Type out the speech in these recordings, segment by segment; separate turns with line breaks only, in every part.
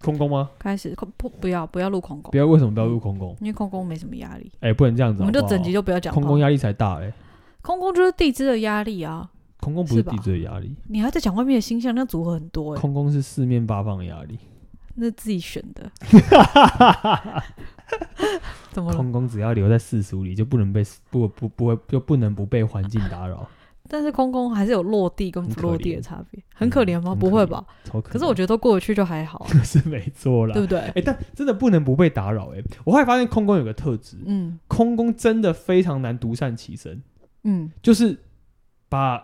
空宫吗？
开始空不不要不要录空宫
不，要，为什么不要录空宫？
因为空宫没什么压力，
哎、不能这样子
我
好
们
不好，
就整集就不要讲
空
炮
宫压力才大哎、
空宫就是地支的压力啊，
空宫不是
是吧
地支的压力，
你还在讲外面的星象，那组合很多哎、
空宫是四面八方的压力。
那自己选 的，怎么了？
空宫只要留在世俗里，就不能被不不不会就不能不被环境打 扰，
但是空宫还是有落地跟不落地的差别，很可怜
嗯
吗？
很可怜
不会吧？
超可
可是我觉得都过得去就还好啊、
得 是没错啦
对。不对
哎、？但真的不能不被打扰哎、我后来发现空宫有个特质，
嗯
空宫真的非常难独善其身，
嗯，
就是把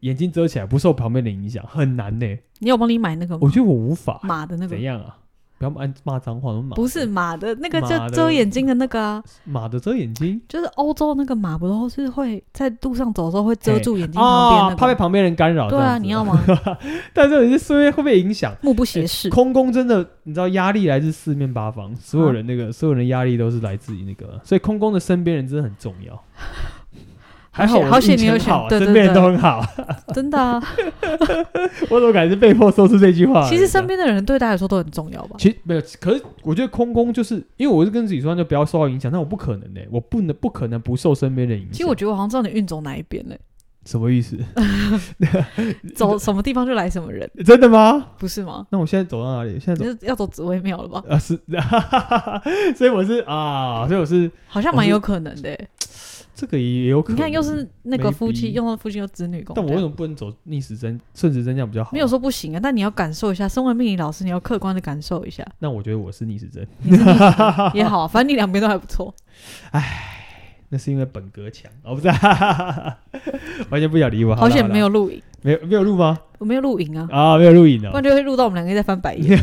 眼睛遮起来，不受旁边的影响，很难呢、
你有帮你买那个吗
我觉得我无法。
马嗯的那个
怎？样啊？不要按骂脏话，我马
不是马的那个，
马
就
的
遮眼睛的那个啊，
马的遮眼睛
就是欧洲那个马，不都是会在路上走的时候会遮住眼睛旁
哦怕啊被
边那个？
旁边人干扰。
对
这
啊，
样子
你要？吗？
但是你是说会被影响。
目不 斜视，
空宫真的，你知道压力来自四面八方，所有人那个、 所有人的压力都是来自于那个，所以空宫的身边人真的很重要。还好我
好险
运气
你有
很
选
好啊，
对对
身边人
对
都很好。
真的啊。
我怎么感觉是被迫说出这句话？
其实身边的人对大家来说都很重要吧？
其实没有，可是我觉得空宫就是因为我是跟自己说，就不要受到影响，但我不可能呢、欸我不能不可能不受身边的影响。
其实我觉得我好像知道你运走哪一边嘞，
什么意思？
走什么地方就来什么人，
真的吗？
不是吗？
那我现在走到哪里？现在
你
走
是要走紫薇庙了吧？
啊是， 所以我是啊，所以我是
好像蛮有可能的欸。
这个也有可
你
能。
看，又是那个夫
maybe
妻，又是夫妻又子女宫
但我为
这
什
样，
么不能走逆时针、顺时针这样比较好？
没有，说不行啊，但你要感受一下，身为命理老师，你要客观的感受 一下，
那我觉得我是逆时针，
你是逆时针也好啊，反正你两边都还不错。
那是因为本格强哦，不是、 啊，完全不想理我。
好
啦
险
啦
没有录影，
没有没有录吗？
我没有录影啊，
啊，没有录影
不
哦
然。就会录到我们两个在翻白眼。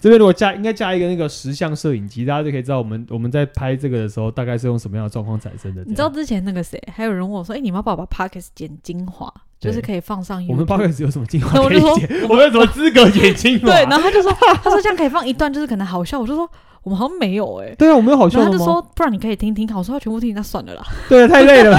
这边如果加应该加一个那个十像摄影机，大家就可以知道我们我们在拍这个的时候大概是用什么样的状况产生的。
你知
这
道
样
之前那个谁，还有人问我说：“哎、你们要不要把 podcast 剪精华，
对
就是可以放上 YouTube？”
我们八个有什么精
那
华
我
可
就
以
说
剪？我们有什么资格 剪精华？
对，然后他 就说：“他说这样可以放一段，就是可能好笑。”我就说：“我们好像没有哎、
对啊，我们有好笑
然后
的
他就
吗？
说：“不然你可以听听看。”我说：“他全部听，那算了啦。
对，太累了。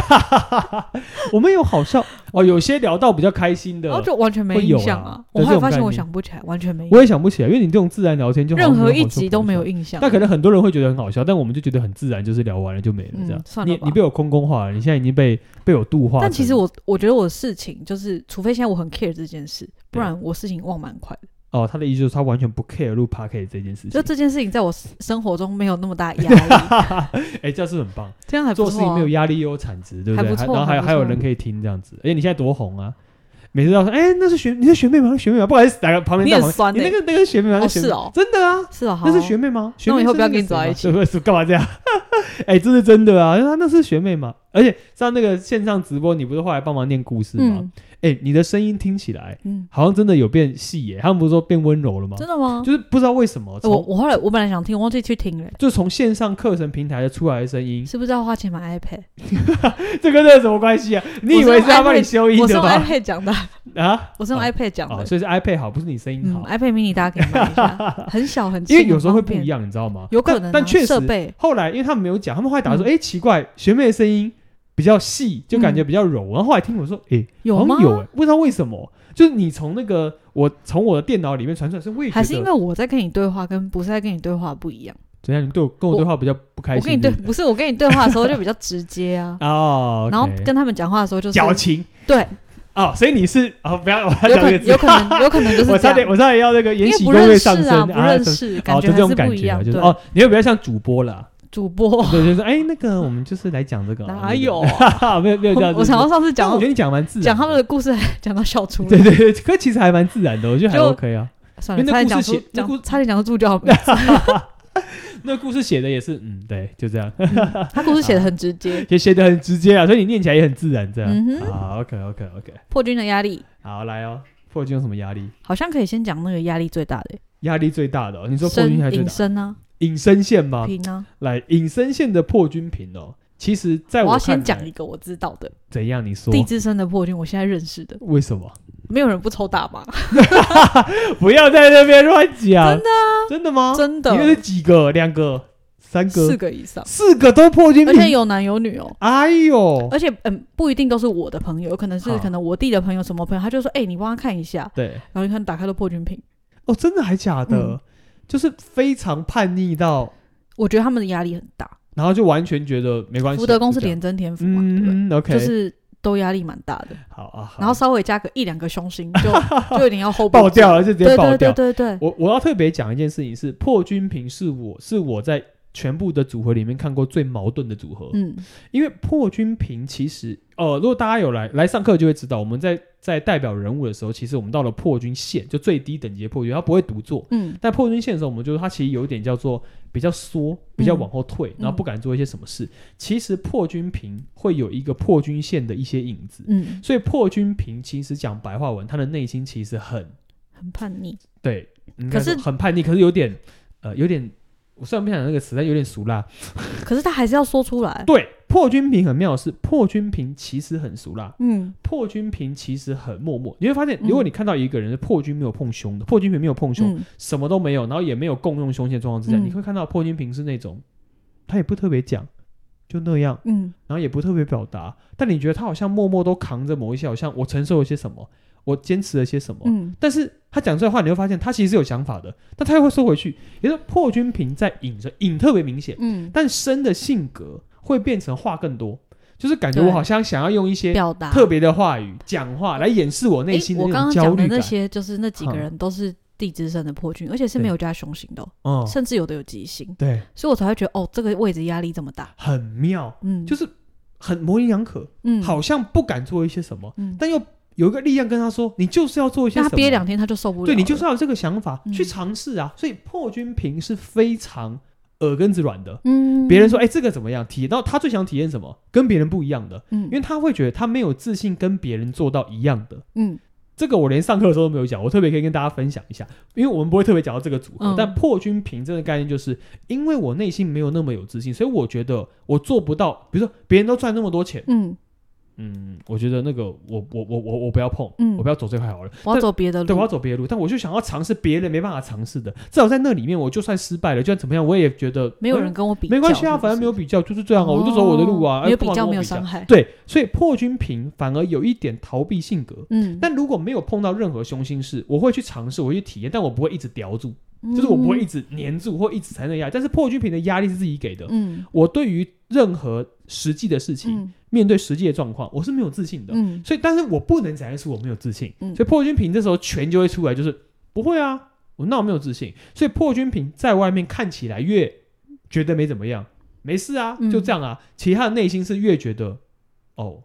我们有好笑哦，有些聊到比较开心”的
然后，就完全没
啊会有
印象
啦
啊！
有
我后
这
来
种
发现
概
我
念
想不起来，完全没印
我也想不起来，因为你这种自然聊天就好像
任何
没有
一
好笑
集
不
都
好
没有
笑。
印象。
但可能很多人会觉得很好笑，但我们就觉得很自然，就是聊完了就没了这样
嗯。算了
你
吧
你被我空空化了，你现在已经被被我度化成。
但其实我我觉得我的事情就是，除非现在我很 care 这件事，不然我事情忘蛮快的。
哦，他的意思就是他完全不 care 录 p a r k 这件事情
就。这件事情在我生活中没有那么大压力，
哎、这样是不是很棒，
这样还不
做事
错、
情
啊。
没有压力又有产值，对
还
对？
不
还
错
然后还有
还不错
还有人可以听这样子，而且你现在多红啊！每次都要说，哎、那是学你是学妹吗？学妹吗？不好意思，打个旁边
你
在
很
旁
酸
你
欸
那个那个学妹吗？那
哦
学妹吗
是哦
真的啊，
是啊，好
那是学妹吗？学
那我
妹
以后
是
不要
那个
跟
谁
你走在
吗
一起
对不是干嘛这样？ 哎、这是真的啊！他那是学妹嘛，而且像那个线上直播，你不是后来帮忙念故事吗
嗯？
哎、你的声音听起来
嗯，
好像真的有变细耶、他们不是说变温柔了吗？
真的吗？
哦就是不知道为什么，
欸我
从嗯
我后来我本来想听，我忘记去听了，
就从线上课程平台的出来的声 音，
是不是要花钱买 iPad？
这跟这有什么关系啊？你以为是要帮你修音
我是
的
用
吗？
iPad 讲的，
啊，
我是用 iPad 讲
哦，
的。
所以是 iPad 好，不是你声音
嗯
好，
，iPad mini 大家可以买 一下，很小很轻，
因为有时候会不一
样，
样，你知道吗？
有可
但
能啊
但确
设
实
备
后来因为他们没有讲，他们后来打说，
嗯
哎，奇怪，学妹的声音比较细，就感觉
嗯
比较柔。然后后来听我说，哎，
有
好
吗
像？有哎，不知道为什么，就是你从那个我从我的电脑里面传出来是味觉
还是因
的。
为我在跟你对话，跟不是在跟你对话不一样。
怎样？你对我跟我
我
对话比较不开
我
心？
跟你对
是不是，
不是我跟你对话的时候就比较直接 啊
哦，
然 后
OK
跟他们讲话的时候就是
矫情
对，
哦，所以你是哦，不要，我要
有
讲这
可
个
能
字
有。可能有可能就
我
是这
差点，
样，
我差点要那个《
因
延
为
禧
不
攻略》
认识
上
啊，
身
不认
什么
识，
哦，就
感觉
这
还
种
是不
感
一
觉啊，
样。
就是
对，
哦，你会比较像主播啦，
主播
对，就是哎，那个我们就是来讲这个，
哪有啊？
啊？没有没有这样
我
子，
我想到上次
但
讲
我觉得你讲蛮自然，
讲他们，的故事，还讲到笑出来。
对对对， 可其实还蛮自然的，我觉得还
就
OK 啊。
算
因
了，
为那
差点
故
讲
事写
出
那故
讲，差点讲出助教 名字。
那故事写的也是，嗯， 对，就这样，
他故事写的很直接，
也写的很直接啊，所以你念起来也很自然，这样。
嗯哼
好，OK OK OK，
破军的压力
好，来哦，破军有什么压力？
好像可以先讲那个压力最大的
压力最大的哦，你说破
生
军还最
隐
大？
身啊，
隐身线吗？
平啊。
来，隐身线的破军瓶哦，其实在
我要
看
先
来
讲一个我知道的
怎样？你说
地支生的破军，我现在认识的，
为什么？
没有人不抽大麻，
不要在那边乱讲，
真啊
的、真的吗？
真
啊你那
的
是几个？两个、三个、
四个以上，
四个都破军
而且
瓶。
有男有女哦。
哎呦，
而且，嗯，不一定都是我的朋友，有可能是
好
可能我弟的朋友什么朋友，他就说，哎、你帮他看一下，
对，
然后一看打开了破军瓶，
哦，真的还假的？
嗯
就是非常叛逆到，
我觉得他们的压力很大。
然后就完全觉得没关系。
福德宫是
就这样
廉贞天府嘛，对不对？
嗯，OK，
就是都压力蛮大的，
好啊，好
然后稍微加个一两个凶星， 就就有点要 hold 不
爆
住
掉了，就直接
对
爆
对对
掉。
对对，
我我要特别讲一件事情是，破军平是我是我在全部的组合里面看过最矛盾的组合，
嗯
因为破军平其实呃，如果大家有来来上课就会知道，我们在在代表人物的时候，其实我们到了破军线，就最低等级的破军，它不会独坐。
嗯
但破军线的时候，我们就是它其实有一点叫做比较缩，比较
嗯
往后退，然后不敢做一些什么事。其实破军平会有一个破军线的一些影子，
嗯，
所以破军平其实讲白话文，他的内心其实很
很叛逆，
对，应
可
该说
是
很叛逆，可是有点呃有点，我虽然不想讲那个词，但有点俗辣。
可是他还是要说出来。
对，破军平很妙的是，破军平其实很俗辣，
嗯
破军平其实很默默。你会发现，
嗯
如果你看到一个人是破军没有碰胸的，破军平没有碰胸，
嗯
什么都没有，然后也没有共用胸线的状况之下，
嗯
你会看到破军平是那种他也不特别讲，就那样。
嗯
然后也不特别表达，但你觉得他好像默默都扛着某一些，好像我承受了些什么，我坚持了些什么。
嗯，
但是他讲出来的话，你会发现他其实有想法的，但他又会收回去。也就是破军平在隐着，隐特别明显，
嗯，
但生的性格会变成话更多，就是感觉
对
我好像想要用一些
表达
特别的话语讲话来掩饰我内
诶
心的
我刚
那种
刚
焦
讲的
虑感
那。些，就是那几个人都是地支生的破军，而且是没有加雄星的哦，
嗯，
甚至有的有吉星，
对，
所以我才会觉得哦，这个位置压力这么大。
很妙，
嗯，
就是很模棱两可，
嗯，
好像不敢做一些什么，
嗯，
但又有一个力量跟他说，你就是要做一些
那
什
他
么。
憋两天他就受不了了。
对你就是要有这个想法、
嗯
去尝试啊。所以破军平是非常耳根子软的。
嗯，
别人说，哎、这个怎么样？体验到他最想体验什么？跟别人不一样的，
嗯，
因为他会觉得他没有自信跟别人做到一样的。
嗯
这个我连上课的时候都没有讲，我特别可以跟大家分享一下，因为我们不会特别讲到这个组合，
嗯
但破军平真的概念就是，因为我内心没有那么有自信，所以我觉得我做不到，比如说别人都赚那么多钱，
嗯，
嗯，我觉得那个我我我我我不要碰，
嗯
我不要走这块好了，
我要走别的
对，我要
路。
走别的路，但我就想要尝试别人没办法尝试的。至少在那里面，我就算失败了，就算怎么样，我也觉得
没有
嗯
人跟我比较，
没关系啊，反正没
有
有比较，就是这样啊，我就走我的路啊，哎
哦没
干
有比
嘛跟
较
我
没
比
有伤害。
对，所以破军平反而有一点逃避性格。
嗯，
但如果没有碰到任何凶心事，我会去尝试，我会去体验，但我不会一直叼住，
嗯
就是我不会一直黏住或一直产生压力。但是破军平的压力是自己给的。
嗯
我对于任何实际的事情，
嗯
面对实际的状况，我是没有自信的。
嗯
所以，但是我不能展现出我没有自信，
嗯
所以破军平这时候拳就会出来，就是不会啊，我那我没有自信，所以破军平在外面看起来越觉得没怎么样，没事啊，
嗯
就这样啊，其实他的内心是越觉得，哦，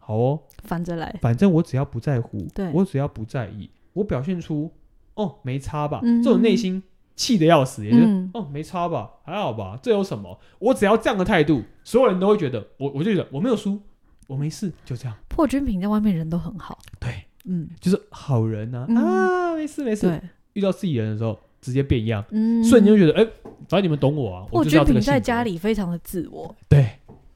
好哦，
反着来。
反正我只要不在乎
对，
我只要不在意，我表现出哦没差吧，
嗯
这种内心气得要死，也就是、
嗯
哦没差吧，还好吧，这有什么？我只要这样的态度，所有人都会觉得我我就觉得我没有输，我没事，就这样。
破军平在外面人都很好。
对，
嗯，
就是好人啊、
嗯
啊，没事没事。
对，
遇到自己人的时候，直接变样，
嗯，
瞬间就觉得，哎、反正你们懂我啊，
破
我就是
军
要这个
平
性格
在家，里非常的自我，
对，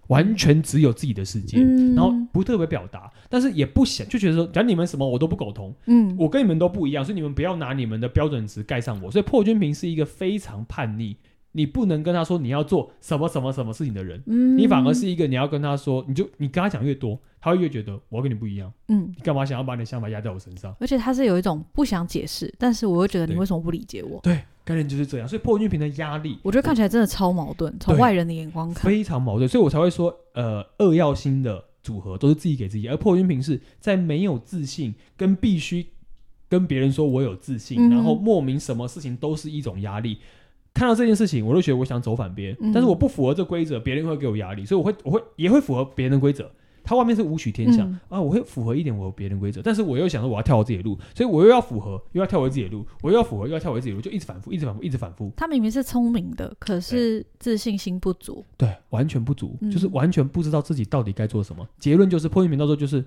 完全只有自己的世界，
嗯，
然后不特别表达，但是也不想，就觉得说，讲你们什么我都不苟同，
嗯，
我跟你们都不一样，所以你们不要拿你们的标准值盖上我。所以破军平是一个非常叛逆，你不能跟他说你要做什么什么什么事情的人。
嗯，
你反而是一个你要跟他说，你就你跟他讲越多，他会越觉得我要跟你不一样，
嗯，
你干嘛想要把你的想法压在我身上？
而且他是有一种不想解释，但是我又觉得你
对
为什么不理解我？
对，概念就是这样。所以破军平的压力，
我觉得看起来真的超矛盾，从外人的眼光看，
非常矛盾，所以我才会说，呃，二药星的组合都是自己给自己，而破军平是在没有自信跟必须跟别人说我有自信，
嗯哼
然后莫名什么事情都是一种压力。看到这件事情，我就觉得我想走反边，
嗯
但是我不符合这规则，别人会给我压力，所以我会我会也会符合别人的规则。他外面是武曲天下、
嗯
啊，我会符合一点我别人规则，但是我又想说我要跳我自己的路，所以我又要符合，又要跳回自己的路，我又要符合，又要跳回自己的路，就一直反复，一直反复，一直反复。
他明明是聪明的，可是自信心不足。
对，完全不足，
嗯
就是完全不知道自己到底该做什么。结论就是，破音频道之后就是，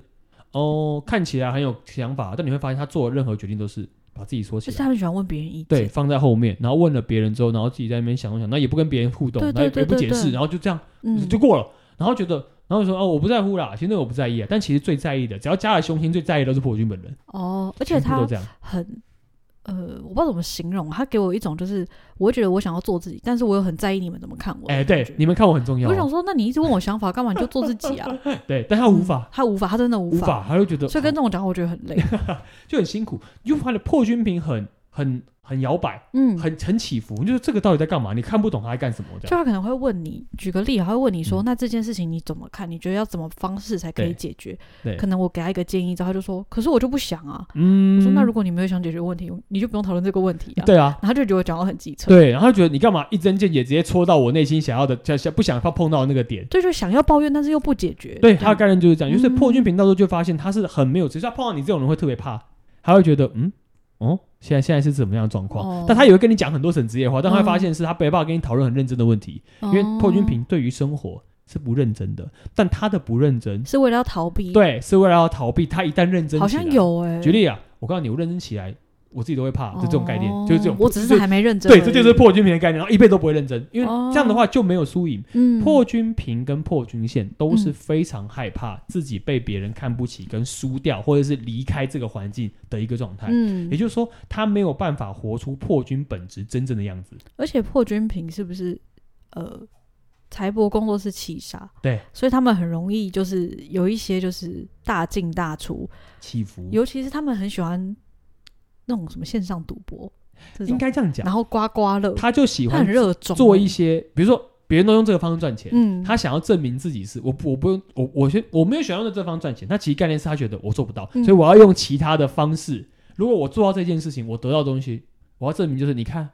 哦，看起来很有想法，但你会发现他做的任何决定都是把自己缩起
就是
来，
他很喜欢问别人意见，
对，放在后面，然后问了别人之后，然后自己在那边想东想，那也不跟别人互动，
对
然后也
对
也不
对
解
对
释，
对
然后就这样
嗯，
就过了，然后觉得。然后就说哦，我不在乎啦，其实那个我不在意啊，但其实最在意的，只要加了凶心，最在意的都是破军本人，
哦，而
全
且
部都
他
这样，
很。呃，我不知道怎么形容，他给我一种就是，我会觉得我想要做自己，但是我又很在意你们怎么看我。
哎，对，，你们看我很重要
我想
哦，
说，那你一直问我想法干嘛？你就做自己啊。嗯
对，但 他无法，
他无法，他真的无
无法，他就觉得哦
所以跟这种讲话，我觉得很累。
就很辛苦。就发现破军平很很很摇摆，
嗯，
很很起伏，就是这个到底在干嘛？你看不懂他在干什么这
就
样。
他可能会问你，举个例，他会问你说，
嗯
那这件事情你怎么看？你觉得要怎么方式才可以
对
解决？
对
可能我给他一个建议之后，他就说，可是我就不想啊。
嗯，
我说，那如果你没有想解决问题，你就不用讨论这个问题啊。
对啊，
然后他就觉得我讲到很机车，
对，然后他觉得你干嘛一针见血，直接戳到我内心想要的，想想不想怕碰到的那个点。
对，就想要抱怨，但是又不解决。
对，
这
他的
样
概念就是这样，就是
嗯
破军频道之后就发现他是很没有，只是他碰到你这种人会特别怕，他会觉得嗯。哦，现在现在是怎么样的状况？
哦
但他也会跟你讲很多省职业话，但他会发
嗯
现是他没办法跟你讨论很认真的问题，因为破军
哦
平对于生活是不认真的，但他的不认真，
是为了要逃避，，
对，是为了要逃避。他一旦认真，
好像。有哎、
举例啊，我告诉你，我认真起来，我自己都会怕，就这种概念，
哦
就是这种。
我只
就是
还没认真而
对，
已。哦
这就是破军平的概念，然后一辈子都不会认真，因为这样的话就没有输赢。
嗯
破军平跟破军线都是非常害怕自己被别人看不起、跟输掉，或者是离开这个环境的一个状态。
嗯
也，就是说，他没有办法活出破军本质真正的样子。
而且破军平是不是呃财帛工作室七杀？
对，
所以他们很容易就是有一些就是大进大出，
起伏
尤其是他们很喜欢那种什么线上赌博这
应
种，
该这样讲，
然后刮刮乐，
他就喜
他很
欢
热衷啊
做一些，比如说别人都用这个方式赚钱，
嗯，
他想要证明自己是我不我不用我我先我没有想要用这方赚钱，他其实概念是他觉得我做不到，
嗯
所以我要用其他的方式。如果我做到这件事情，我得到的东西，我要证明就是你看，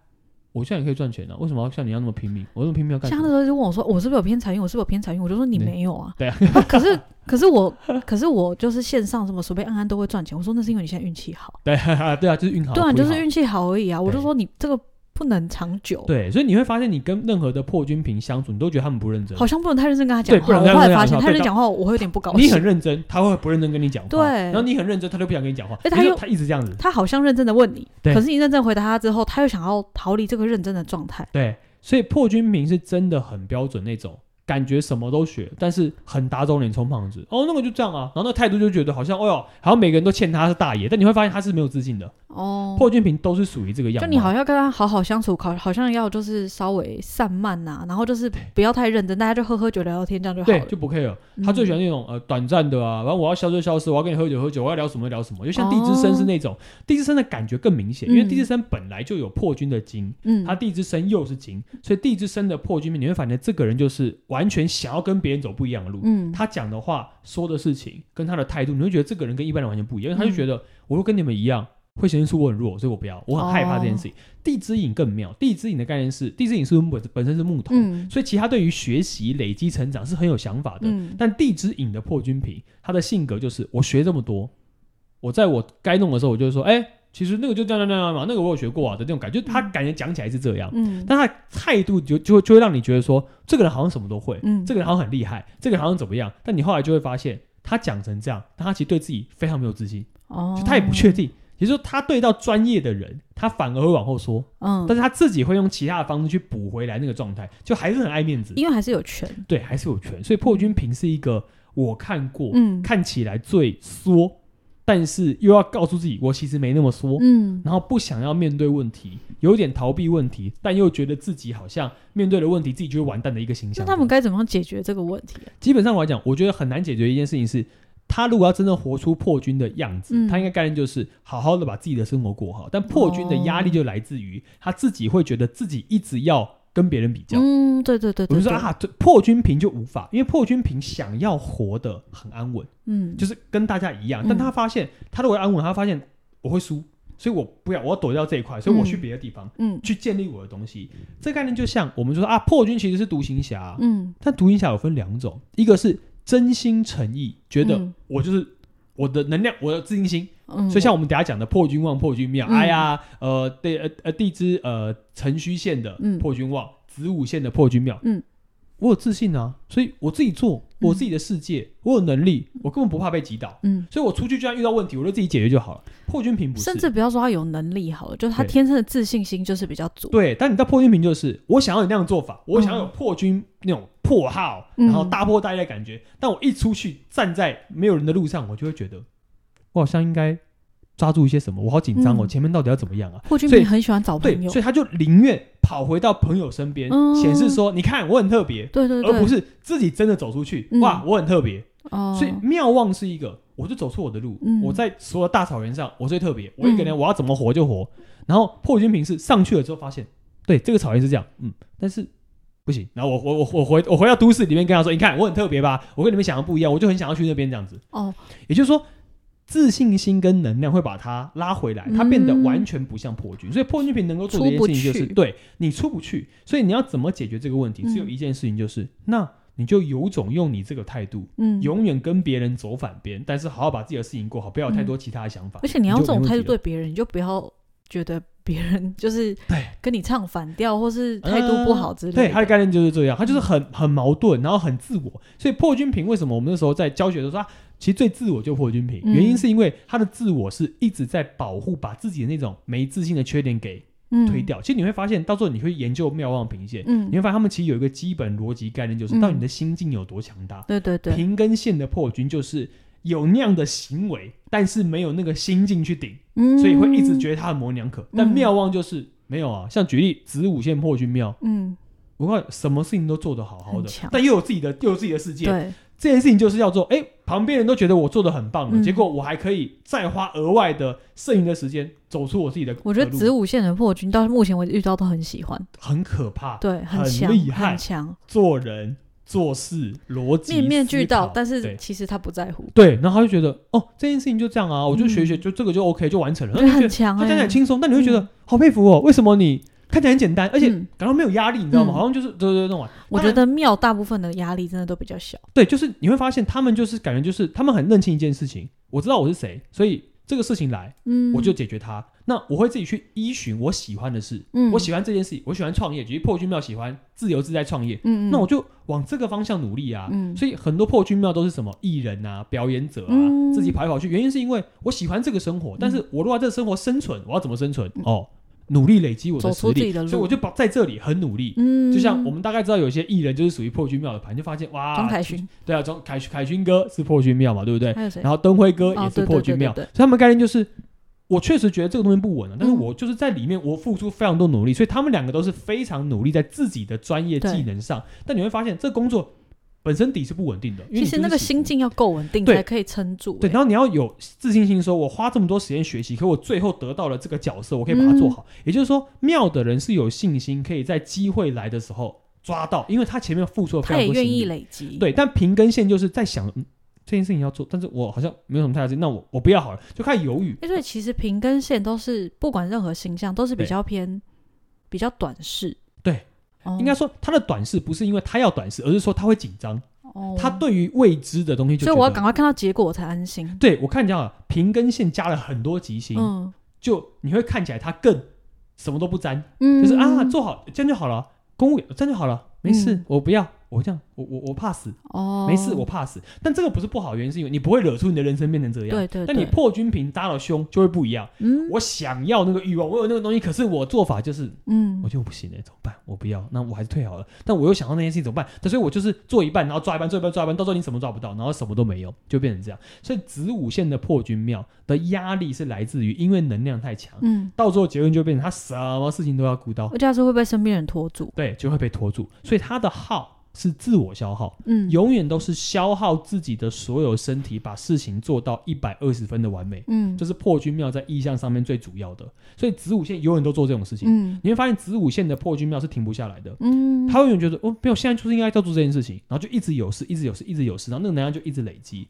我现在也可以赚钱啊了、为什么要像你一样那么拼命？我那么拼命要干什
像他那
么？
时候就问我说：“我是不是有偏财运？我是不是有偏财运？”我就说：“你
对
没有啊。”
对啊
可是可是我可是我就是线上什么随便按按都会赚钱。我说那是因为你现在运气好，
对对啊，就是运好，
对啊，
不
你就是
好
运气好而已啊。我就
对
说你这个不能长久，
对，所以你会发现你跟任何的破军平相处，你都觉得他们不认真
好，像不能太认真跟他讲
对不
话。
能
我
太
后来
认真跟他
发现
讲话
他认
对
真讲话，我会有点不高
你很
兴。
认真，他会不认真跟你讲话，
对哎
然后你很认真，他就不想跟你讲话，
而且他
你就
又
他一直这样子，
他好像认真的问你，
对
可是你认真回答他之后，他又想要逃离这个认真的状态。
对，所以破军平是真的很标准那种，感觉什么都学，但是很打肿脸充胖子。哦，那个就这样啊，然后那态度就觉得好像，哎呦，好像每个人都欠他是大爷，但你会发现他是没有自信的。
哦，
破军平都是属于这个样
就
貌。
你好像要跟他好好相处，好好像要就是稍微散漫呐、然后就是不要太认真，大家就喝喝酒聊聊天这样就好
对，
了。
就不 care。他
嗯
最喜欢那种、呃短暂的啊，然后我要消就消失，我要跟你喝酒喝酒，我要聊什么就聊什么。就像地之深是那种，地之深的感觉更明显，因为
哦嗯
地之深本来就有破军的精，
嗯，
他地之深又是精，所以地之深的破军平，你会发现这个人就是完全想要跟别人走不一样的路。
嗯，
他讲的话、说的事情跟他的态度，你会觉得这个人跟一般人完全不一样，因为他就觉得
嗯
我如果跟你们一样，会显现出我很弱，所以我不要，我很害怕这件事
哦
情。地之影更妙，地之影的概念是，地之影是本本身是木头，
嗯
所以其他对于学习、累积、成长是很有想法的。
嗯
但地之影的破军平，他的性格就是我学这么多，我在我该弄的时候，我就会说，哎、其实那个就这样这样这样嘛，那个我有学过啊的那种感觉，就是他感觉讲起来是这样。
嗯，
但他的态度就就会就会让你觉得说，这个人好像什么都会，
嗯
这个人好像很厉害，这个人好像怎么样。但你后来就会发现，他讲成这样，但他其实对自己非常没有自信，
哦
就他也不确，定。也就是说，他对到专业的人，他反而会往后缩，
嗯，
但是他自己会用其他的方式去补回来那个状态，就还是很爱面子，
因为还是有权，
对，还是有权。所以破军平是一个我看过、
嗯
看起来最缩，但是又要告诉自己，我其实没那么缩，
嗯
然后不想要面对问题，有点逃避问题，但又觉得自己好像面对了问题，自己就会完蛋的一个形象
那
这样。
他们该怎么样解决这个问题啊？
基本上来讲，我觉得很难解决一件事情是，他如果要真的活出破军的样子，
嗯
他应该概念就是好好的把自己的生活过好。但破军的压力
哦
就来自于他自己会觉得自己一直要跟别人比较。
嗯，对对对
我
对，
就说
对，
啊，这破军平就无法，因为破军平想要活得很安稳，
嗯，
就是是跟大家一样，
嗯
但他发现他如果安稳，他发现我会输，所以我不要，我要躲掉这一块，所以我去别的地方、
嗯
去建立我的东西。这概念就像我们说啊，破军其实是独行侠啊、
嗯
但独行侠有分两种，一个是真心诚意，觉得
嗯
我就是。我的能量，我的自信心，
嗯，
所以像我们等一下讲的破军旺、破军庙，
嗯
哎呀，呃，对，呃呃，地支呃辰戌线的
嗯
破军旺，子午线的破军庙，
嗯，
我有自信啊，所以我自己做，我自己的世界，我有能力，我根本不怕被击倒，
嗯。
所以我出去就算遇到问题，我就自己解决就好了。破军平不是，
甚至不要说他有能力好了，就是他
对
天生的自信心就是比较足。
对，但你到破军平就是我想要有那样的做法，我想要有破军那种破号，
嗯
然后大破大立的感觉。但我一出去站在没有人的路上，我就会觉得我好像应该抓住一些什么，我好紧张哦，
嗯
前面到底要怎么样啊？
霍君
所以
明很喜欢找
对
朋，友
所，以他就宁愿跑回到朋友身边，
嗯
显示说你看我很特别，
对对对，
而不是自己真的走出去，
嗯
哇，我很特别。
哦，
所以妙望是一个我就走出我的路。
嗯
我在所有的大草原上，我最特别，我一个人
嗯
我要怎么活就活。然后破军平是上去了之后发现，对，这个草原是这样，嗯，但是不行。然后我我我我回我回到都市里面跟他说，你看我很特别吧，我跟你们想的不一样，我就很想要去那边这样子。
哦，
也就是说，自信心跟能量会把它拉回来，它变得
嗯
完全不像破军。所以破军平能够做的一件
出不
事情就是，
去
对你出不去，所以你要怎么解决这个问题？只有
嗯
一件事情，就是、那你就有种用你这个态度，
嗯，
永远跟别人走反边，但是好好把自己的事情过好，不要
嗯
有太多其他的想法。
而且你要这种态
你
度
就没
对别人，你就不要觉得别人 就是
对嗯
跟你唱反调，或是态度不好之类的。
对，他的概念就是这样，他就是很很矛盾，然后很自我。所以破军平为什么我们那时候在教学的时候说，啊其实最自我就破军平，
嗯
原因是因为他的自我是一直在保护，把自己的那种没自信的缺点给
嗯
推，掉。其实你会发现，到时候你会研究妙望平线，
嗯
你，会发现他们其实有一个基本逻辑概念，就是
嗯
到底你的心境有多强大。
对对对，
平跟线的破军就是有那样的行为，但是没有那个心境去顶。
嗯，
所以会一直觉得他很模棱两可。但
嗯
妙望就是没有啊，像举例子午线破军庙，
嗯，
我看什么事情都做得好好
很
的
强，
但又有自己的又有自己的世界。
对，
这件事情就是要做，哎、旁边人都觉得我做的很棒了，
嗯
结果我还可以再花额外的剩余的时间走出我自己的。
我觉得
的路
子午线的破军到目前为止遇到都很喜欢，
很可怕，
对，
啊很
强，
厉害
很强，
做人做事逻辑
面面俱到
思，考
但
对
是其实他不在乎，
对，然后他就觉得哦，这件事情就这样啊，我就学一学，
嗯
就这个就 OK 就完成了，
我
然
觉
后
得
就觉得
很强
他
哎，
讲起来轻松，但你会觉得
嗯
好佩服哦，为什么你看起来很简单，而且
嗯
感到没有压力，你知道吗？
嗯
好像就是对对对那种玩。
我
当然
觉得庙大部分的压力真的都比较小，
对，就是你会发现他们就是感觉就是他们很认清一件事情，我知道我是谁，所以这个事情来
嗯，
我就解决它。那我会自己去依循我喜欢的事，
嗯
我喜欢这件事情，我喜欢创业，举例破军庙喜欢自由自在创业，
嗯，嗯
那我就往这个方向努力啊。
嗯
所以很多破军庙都是什么艺人啊、表演者啊，
嗯
自己跑来跑去，原因是因为我喜欢这个生活，但是我如果在这个生活生存，我要怎么生存？哦，努力累积我的
嗯走
实
出自
力，
己的路
所以我就把在这里很努力。
嗯，
就像我们大概知道，有些艺人就是属于破军庙的盘，就发现哇，
庄凯勋，
对啊，庄凯凯勋哥是破军庙嘛，对不对？
还有谁
然？后灯辉哥
哦
也是
对对
破军
对对
庙，
对
所以他们概念就是，我确实觉得这个东西不稳啊，但是
嗯
我就是在里面我付出非常多努力，所以他们两个都是非常努力在自己的专业技
对
能上，但你会发现这工作本身底是不稳定的，因为
其
你
实
就是
那个
喜
心境要够稳定
对
才可以撑住、
对，
欸
然后你要有自信心，说我花这么多时间学习，可我最后得到了这个角色，我可以把它做好。
嗯
也就是说，妙的人是有信心，可以在机会来的时候抓到，因为他前面付出了非
他
常
也
多心
愿
力
意。累积。
对，但平跟线就是在想、嗯、这件事情要做，但是我好像没有什么太大劲，那我我不要好了，就开始犹豫。
欸，所以其实平跟线都是不管任何形象都是比
对
较偏比较短视。
对
哦，
应该说，他的短视不是因为他要短视，而是说他会紧张，
哦
他，对于未知的东西就
所以
觉
我要
得
赶快看到结果我才安心。
对我看你啊，平跟线加了很多极星，
嗯
就你会看起来他更什么都不沾，
嗯，
就是啊，做好这样就好了，公务员这样就好了，没事，
嗯
我不要，我这样，我我我怕死，
哦，
没事，我怕死。但这个不是不好，原因是因为你不会惹出你的人生变成这样。
对对
但你
对
破军瓶搭了胸就会不一样。
嗯
我想要那个欲望，我有那个东西，可是我做法就是，
嗯
我觉得我不行哎、怎么办？我不要，那我还是退好了。但我又想要那件事情怎么办？但所以我就是做一半，然后抓一半，做一半，抓一半，到时候你什么抓不到，然后什么都没有，就变成这样。所以子午线的破军庙的压力是来自于因为能量太强，
嗯，
到最后结论就变成他什么事情都要顾到，
而且他是会被身边人拖住。
对，就会被拖住。所以他的耗是自我消耗，
嗯，
永远都是消耗自己的所有身体，把事情做到一百二十分的完美。
嗯
这是破军庙在意象上面最主要的，所以子午线永远都做这种事情。
嗯
你会发现子午线的破军庙是停不下来的，
嗯，
他永远觉得哦，没有，现在就是应该要做这件事情，然后就一直有事，一直有事，一直有事，然后那个能量就一直累积。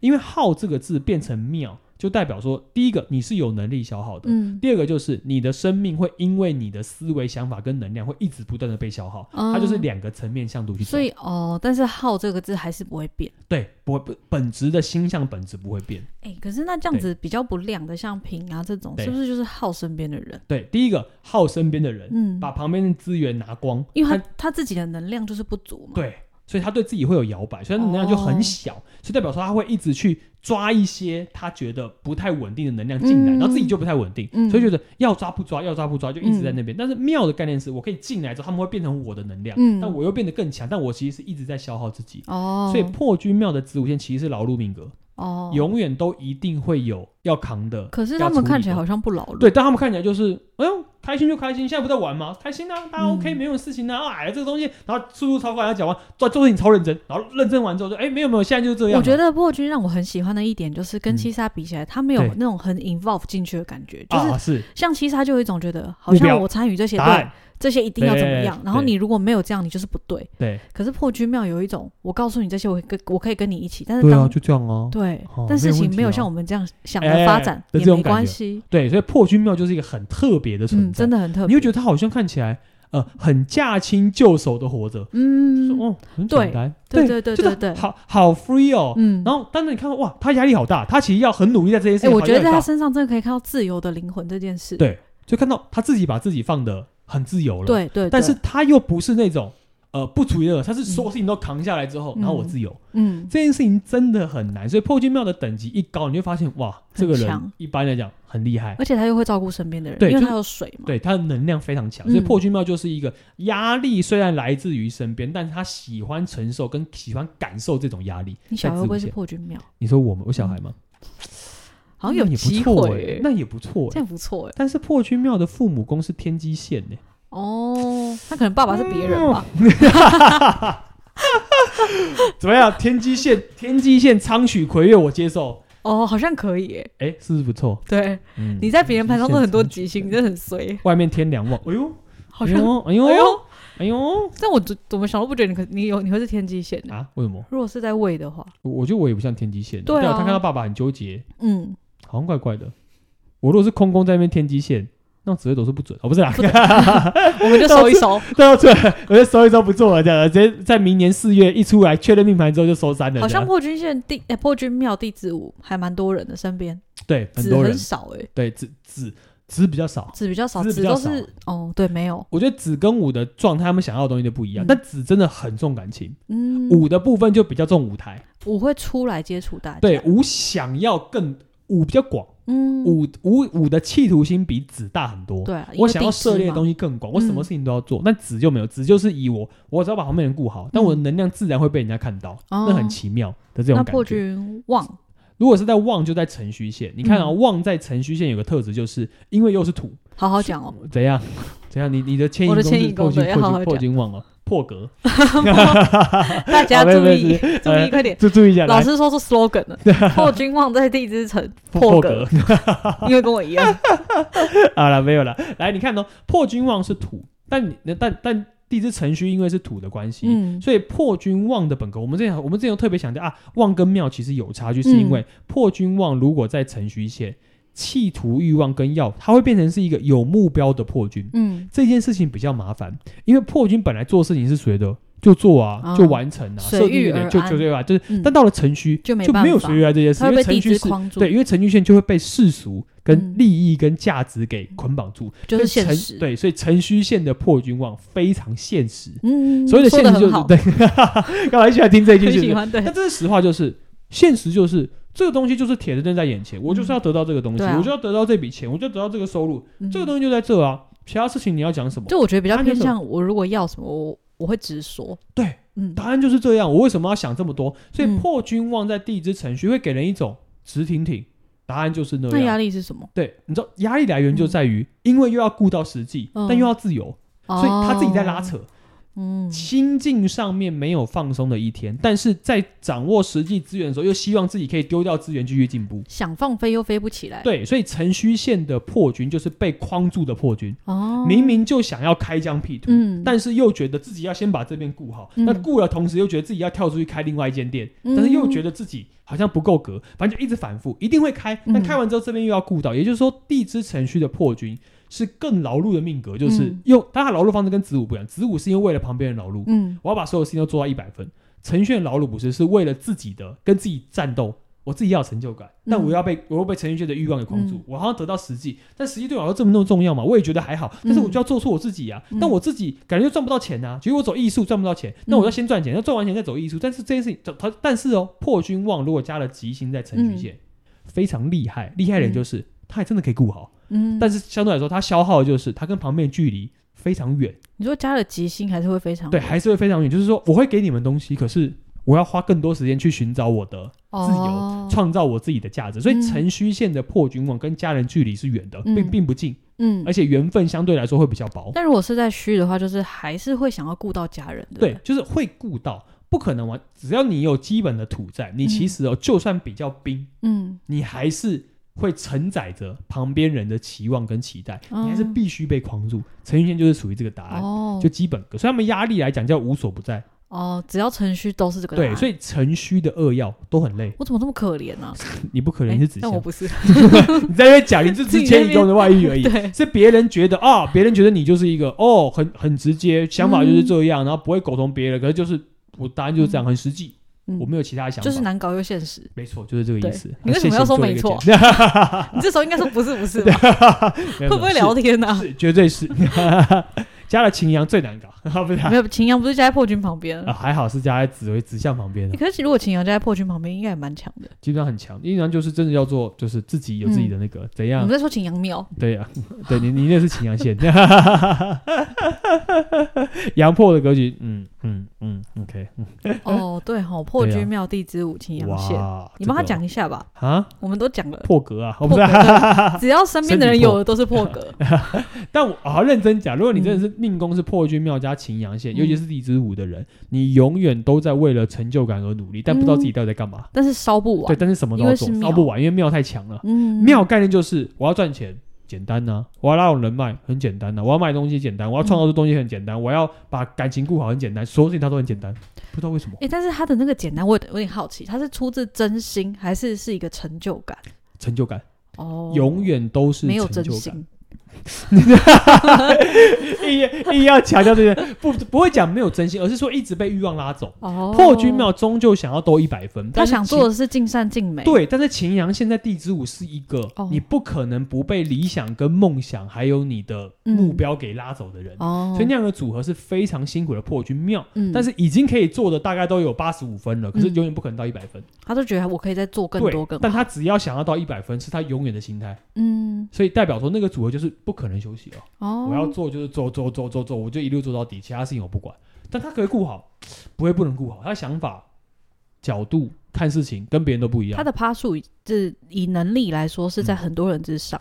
因为耗这个字变成庙，就代表说，第一个你是有能力消耗的，
嗯
第二个就是你的生命会因为你的思维、想法跟能量会一直不断的被消耗，
哦
它就是两个层面向度去走
所。以哦，但是好这个字还是不会变。
对，不会不本质的星象本质不会变。
哎、可是那这样子比较不亮的，像平啊这种，
对
是不是就是耗身边的人？
对，第一个耗身边的人，
嗯，
把旁边的资源拿光，
因为他他自己的能量就是不足嘛。，
对，所以他对自己会有摇摆，所以他能量就很小，所以代表说他会一直去抓一些他觉得不太稳定的能量进来，
嗯
然后自己就不太稳定，
嗯
所以觉得要抓不抓，要抓不抓，就一直在那边。但是妙的概念是我可以进来之后，他们会变成我的能量，
嗯
但我又变得更强，但我其实是一直在消耗自己。
哦，
所以破军庙的子午线其实是劳碌命格，
哦，
永远都一定会有要扛的。
可是他们看起来
要处理的
好像不劳碌。
对，但他们看起来就是，哎呦，开心就开心，现在不在玩嘛，开心啊，大家
嗯
OK，、没有事情啊，哎，这个东西，然后速度超快，然后讲完，做做事情超认真，然后认真完之后说，哎，没有没有，现在就是这样嘛。
我觉得破军让我很喜欢的一点就是跟
嗯
七杀比起来，他没有
对
那种很 involve 进去的感觉，就是
啊是
像七杀就有一种觉得好
目标
像我参与这些
答
对
案，
这些一定要怎么
对
样，然后
对
你如果没有这样，你就是不对。
对
可是破军庙有一种，我告诉你这些，我跟我可以跟你一起，但是
对啊，
当
就这样啊。
对
哦，
但
没有
事情
问题
没有
啊
像我们这样想
哎
的发展
的
也
这种
没
感
关
觉
系，
对，所以破军庙就是一个很特别的存
嗯，
在，
真的很特别。
你会觉得他好像看起来呃很驾轻就熟的活着，就是
嗯，
哦很
对
简单，
对
对
对对
就是
对对
好好 free 哦。
嗯，
然后，但是你看，哇，他压力好大，他其实要很努力在这些事
哎，
情。
我觉得在
他
他身上真的可以看到自由的灵魂这件事。
对就看到他自己把自己放的很自由了，，
对对，
但是
对
他又不是那种呃不处理的，他是所有事情都扛下来之后，
嗯
然后我自由，
嗯，
这件事情真的很难，所以破军庙的等级一高，你就发现哇，这个人
强
一般来讲很厉害，
而且他又会照顾身边的人，
对
因为
就
他有水嘛。
对他的能量非常强，所以
嗯
破军庙就是一个压力虽然来自于身边，但是他喜欢承受跟喜欢感受这种压力。
你小
在
孩
自
会不
我
会是
界
破军庙？
你说我们我小孩吗？
好嗯像有
那也不
机
错
会
欸
耶，
那也不错欸
这样不错哎。
但是破军庙的父母宫是天机线呢、
哦，他可能爸爸是别人吧？
怎么样？天机线， 天机线，苍许魁月，我接受。
哦，好像可以耶。
哎、是不是不错？
对，
嗯
你在别人盘上都很多吉星，
星
你真的很衰。
外面天凉望，哎呦，
好
哎
像，
呦，哎呦，
哎呦，
哎呦
但我怎怎么想都不觉得你可你有你会是天机线的。
啊！为什么？
如果是在位的话，
我我觉得我也不像天机线的。
对啊
他看到爸爸很纠结，
嗯，
好像怪怪的。我如果是空宫在那边天机线，那紫微斗数不准哦，不是啦，
我们就收一收，
对啊，对，我就收一收不做了，这样直接在明年四月一出来确认命盘之后就收山了。
好
这样
像破军线地哎破军庙地子五还蛮多人的，身边
对很
子
多
很
人
少哎，
对子子子比较少，
子比较少，
子
子
比较
都
少
是哦对没有，
我觉得子跟五的状态，他们想要的东西就不一样。
嗯
但子真的很重感情，
嗯，
五的部分就比较重舞台。
我会出来接触大家，
对，，五想要更五比较广，
啊嗯，
五五五的企图心比子大很多。
对啊，
我想要涉猎的
西，
东西更广，我什么
嗯
事情都要做。但子就没有，子就是以我，我只要把旁边人顾好，但我的
嗯
能量自然会被人家看到，
哦
那很奇妙的这
那
种
破
感觉。
军旺，
如果是在旺，就在辰戌线。你看啊，
嗯
旺在辰戌线有个特质，就是因为又是土，
好好讲哦，
怎样？怎样？你你的迁移
我
宫
的迁
是
移
破
宫
军
对好
破
好
军破
讲
军旺哦，破格。
大家
好没有
注
没有
意注
呃
意，快点。
就注意一下，
老
来
师说出 slogan 了，破军旺在地之城，
破
格
格，
因为跟我一样，
好了，没有了。来，你看哦，破军旺是土，但你但但地支辰戌因为是土的关系，
嗯，
所以破军旺的本格，我们之前我们之前有特别强调啊，旺跟庙其实有差距，是因
嗯
为破军旺如果在辰戌线，企图欲望跟要，它会变成是一个有目标的破军。
嗯，
这件事情比较麻烦，因为破军本来做事情是谁的就做啊，
啊
就完成啊，
随
设定
遇
一点
而
就
安
就对吧？就是，
嗯
但到了辰戌
就没
就没有
办法
随遇而安这件事，
他
因
会
为
被
辰
地
戌
支
是
框住，
对，因为程序线就会被世俗、跟
嗯
利益、跟价值给捆绑住，
就
所
是
以
现
程
实，
对，所以程序线的破军望非常现实。
嗯，
所谓的
说
现
得
实就
很
是
好，
对， 干嘛喜欢听这一句？
很
是不
喜
是？
欢，对
那，这是实话，就是现实就是这个东西就是铁的正在眼前，我就是要得到这个东西，
对啊
我就要得到这笔钱，我就得到这个收入，
嗯
这个东西就在这啊。其他事情你要讲什么？
就我觉得比较
他就
偏
是
向我，如果要什么，我我会直说。
对，
嗯，
答案就是这样。我为什么要想这么多？所以
嗯
破军望在地支程序会给人一种直挺挺，答案就是那
那
样
压。力是什么？
对，你知道压力来源就在于，因为又要顾到实际，
嗯
但又要自由，所以他自己在拉扯。
哦。嗯，
心境上面没有放松的一天，但是在掌握实际资源的时候，又希望自己可以丢掉资源继续进步。
想放飞又飞不起来。，
对，所以辰戌线的破军就是被框住的破军，
哦，
明明就想要开疆辟土，
嗯，
但是又觉得自己要先把这边顾好，
嗯
那顾了，同时又觉得自己要跳出去开另外一间店，
嗯
但是又觉得自己好像不够格，反正就一直反复，一定会开，
嗯
但开完之后这边又要顾到，也就是说地支辰戌的破军是更劳碌的命格，就是
嗯
用但他劳碌方式跟子午不一样，子午是因为为了旁边人劳碌，
嗯
我要把所有事情都做到一百分。程序员劳碌不是，是为了自己的跟自己战斗，我自己要有成就感，但
嗯
我要被我又被程序员的欲望给框住，
嗯
我好像得到实际，但实际对我来说这么那么重要吗？我也觉得还好，但是我就要做出我自己啊，
嗯
但我自己感觉就赚不到钱啊，结果我走艺术赚不到钱，那我要先赚钱，要赚完钱再走艺术，但是这件事情走它，但是哦，破军旺如果加了吉星在程序线，
嗯
非常厉害，厉害的人就是、他还真的可以顾好，
嗯，
但是相对来说他消耗的就是他跟旁边的距离非常远。
你说加了吉星还是会非常
对，还是会非常远。就是说，我会给你们东西，可是我我要花更多时间去寻找我的自由
哦
创造我自己的价值。所以
嗯
程序线的破军网跟家人距离是远的，并
嗯
并不近，
嗯
而，且缘分相对来说会比较薄。
但如果是在虚的话，就是还是会想要顾到家人，对不
对，就是会顾到，不可能完。只要你有基本的土在，你其实哦，就算比较冰，
嗯，
你还是会承载着旁边人的期望跟期待，
哦
你还是必须被框住。程序线就是属于这个答案。
哦，
就基本格，所以他们压力来讲叫无所不在，
哦，只要程序都是这个答
对，
案，
所
以
以程序的扼要都很累。
我怎么这么可怜呢？
你不可能
哎
是指
但我
向，
不是，
你在那边讲，你 是只迁移中的外遇而已。
对，
是别人觉得啊，别人觉得你就是一个哦，很很直接，想法就是这样，然后不会苟同别人，可是就是我答案就是这样，很实际，
嗯嗯
我没有其他想法，
就是难搞又现实。
没错，就是这个意思
对。你为什么要说没错
谢谢你做了一个
你这时候应该说不是不 是吧？
解释啊没有没有
会不会聊天呢？啊
是是绝对是， 加了秦阳最难搞，不是啊
没有，秦阳不是加在破军旁边
啊？。还好是加在紫薇指向旁边的，
可是如果秦阳加在破军旁边，应该也蛮强的。
基本上很强。依然就是真的叫做就是自己有自己的那个怎
我
样
们，在说秦阳 庙，
对呀、对你你那是秦阳线， 杨破的格局，嗯嗯嗯，OK，嗯
哦，对哈，破
对啊
军庙地支舞秦阳线，
哇，
你帮他
这个
讲一下吧，
啊，
我们都讲了。
破格啊，我不
破
是啊，
格，只要身边的人
身体破
有的都是破 格。
但我好认真讲，如果你真的是命宫是破军庙加秦阳线，
嗯
尤其是地支舞的人，你永远都在为了成就感而努力，但不知道自己到底在干嘛。
但是烧不
对，
完。
但是什么都要做
嗯因为，是
烧
庙
不完，因为庙太强了。
嗯，
庙概念就是我要赚钱，简单呐、我要拉拢人脉，很简单啊呐、我要卖东西简单，我要创造出东西很简单，我要把感情顾好很简单，所有事情它都很简单，不知道为什么
哎、但是他的那个简单，我有点有点好奇，他是出自真心还是是一个成就感？
成就感
哦，
永远都是
没有
成
真
就 感。
心，
硬硬要强调这些，不不会讲没有真心，而是说一直被欲望拉走。
哦，
破军庙终究想要多一百分，
他
但是
想
秦
做的是尽善尽美。，
对，但是秦阳现在地支舞是一个、
哦
你不可能不被理想跟梦想还有你的目
嗯
标给拉走的人，
哦，
所以那样的组合是非常辛苦的破军庙。
嗯，
但是已经可以做的大概都有八十五分了，可是永远不可能到一百分。
他就觉得我可以再做更
对，
多更好。
但他只要想要到一百分，是他永远的心态，
嗯，
所以代表说那个组合就是不可能休息了。
哦，
我要做就是做做做做做，我就一路做到底，其他事情我不管。但他可以顾好，不会不能顾好，他的想法、角度看事情跟别人都不一样
他。的趴数，就是以能力来说
嗯
是在很多人之上。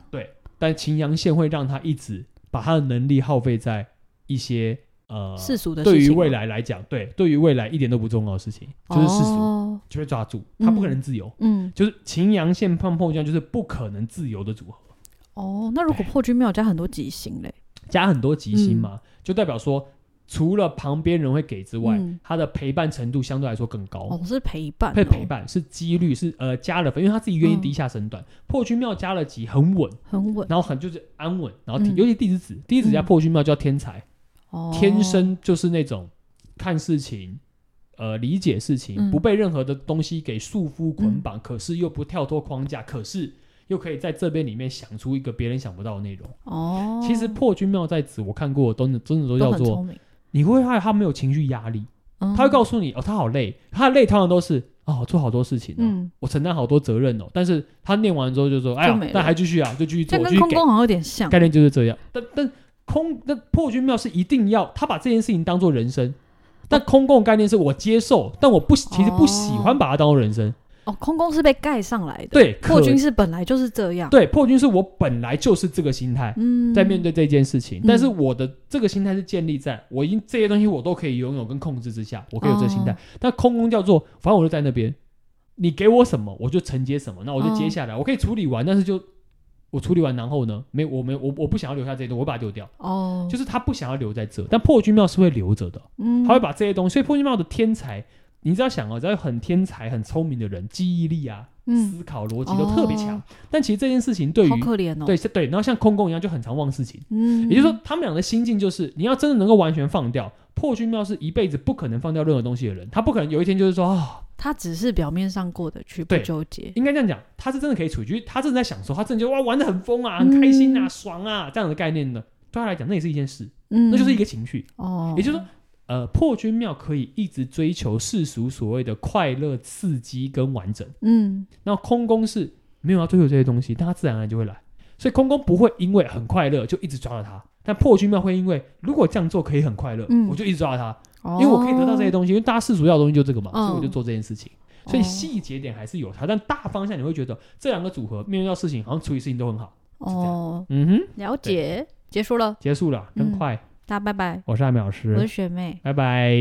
但秦阳线会让他一直把他的能力耗费在一些呃
世俗的事
对于
情哦啊吗
未来来讲，对对于未来一点都不重要的事情，就是世俗
哦
就会抓住，他不可能自由。
嗯，
就是秦阳线碰碰酱，就是不可能自由的组合，
哦，那如果
对
破军庙加很多吉星嘞，
加很多吉星嘛，就代表说，除了旁边人会给之外，
嗯
他的陪伴程度相对来说更高。
哦，是陪伴、哦，
会陪伴是几率是呃加了分，因为他自己愿意低下身
嗯
段。破军庙加了级很稳，
很稳，
然后很就是安稳，然后挺
嗯
尤其地支子，地支子加
嗯
破军庙叫天才，
哦，
天生就是那种看事情。呃，理解事情、
嗯
不被任何的东西给束缚捆绑，可是又不跳脱框架，可是又可以在这边里面想出一个别人想不到的内容。
哦，
其实破军妙在此，我看过，真的真的都
都
叫
很
做
聪明，嗯
你会害他没有情绪压力，他会
诉
告诉你哦，他好累，他的累通常都是哦，做好多事情、哦，
嗯。
我承担好多责任哦，但是他念完之后就说，哎
就
呀
没，了
那还继续啊，就继续
这
做，
样
继续
跟空
给，
宫好像有点像
概念就是这样。但但空那破军妙是一定要他把这件事情当做人生。但空共概念是我接受，但我不其实不喜欢把它当做人生。
哦，空宫是被盖上来的，，
对，
破
可
军是本来就是这样，，
对破军是我本来就是这个心态，
嗯，
在面对这件事情，
嗯
但是我的这个心态是建立在我已经这些东西我都可以拥有跟控制之下，我可以有这个心态
哦。
但空空叫做，反正我就在那边，你给我什么我就承接什
哦
么，那我就接下来，我可以处理完，但是就我处理完，然后呢，没我没我我不想要留下这些东西，我把它丢掉。
哦，
就是是他不想要留在这，但破军庙是会留着的，
嗯，
他会把这些东西。所以破军庙的天才，你只要想哦，只要有很天才、很聪明的人，记忆力啊、
嗯，
思考逻辑都特别强。
哦
但其实这件事情对
好
于
可怜哦，
对，是对，然后像空宫一样就很常忘事情。
嗯，
也就是说，他们俩的心境就是，你要真的能够完全放掉破军庙，是一辈子不可能放掉任何东西的人。他不可能有一天就是说啊、
他只是表面上过得去，不
对
纠结，
应该这样讲，他是真的可以处于，他真的在享受，他真的觉得哇玩的很疯啊，很开心啊，
嗯
爽啊这样的概念呢，对他来讲那也是一件事，
嗯，
那就是一个情绪。
哦，
也就是说，呃，破军庙可以一直追求世俗所谓的快乐、刺激跟完整，
嗯，
那空宫是没有要追求这些东西，但他自然而然就会来，所以空宫不会因为很快乐就一直抓着他，但破军庙会因为如果这样做可以很快乐，
嗯
我就一直抓它，
哦
因为我可以得到这些东西，因为大家世俗要的东西就这个嘛，
嗯
所以我就做这件事情。所以
哦
细节点还是有差，但大方向你会觉得这两个组合面对到事情，好像处理事情都很好。这样
哦，
嗯哼，
了解，结束了，
结束了，真
嗯
快。
大家拜拜，
我是艾美老师，
我是学妹。
拜拜。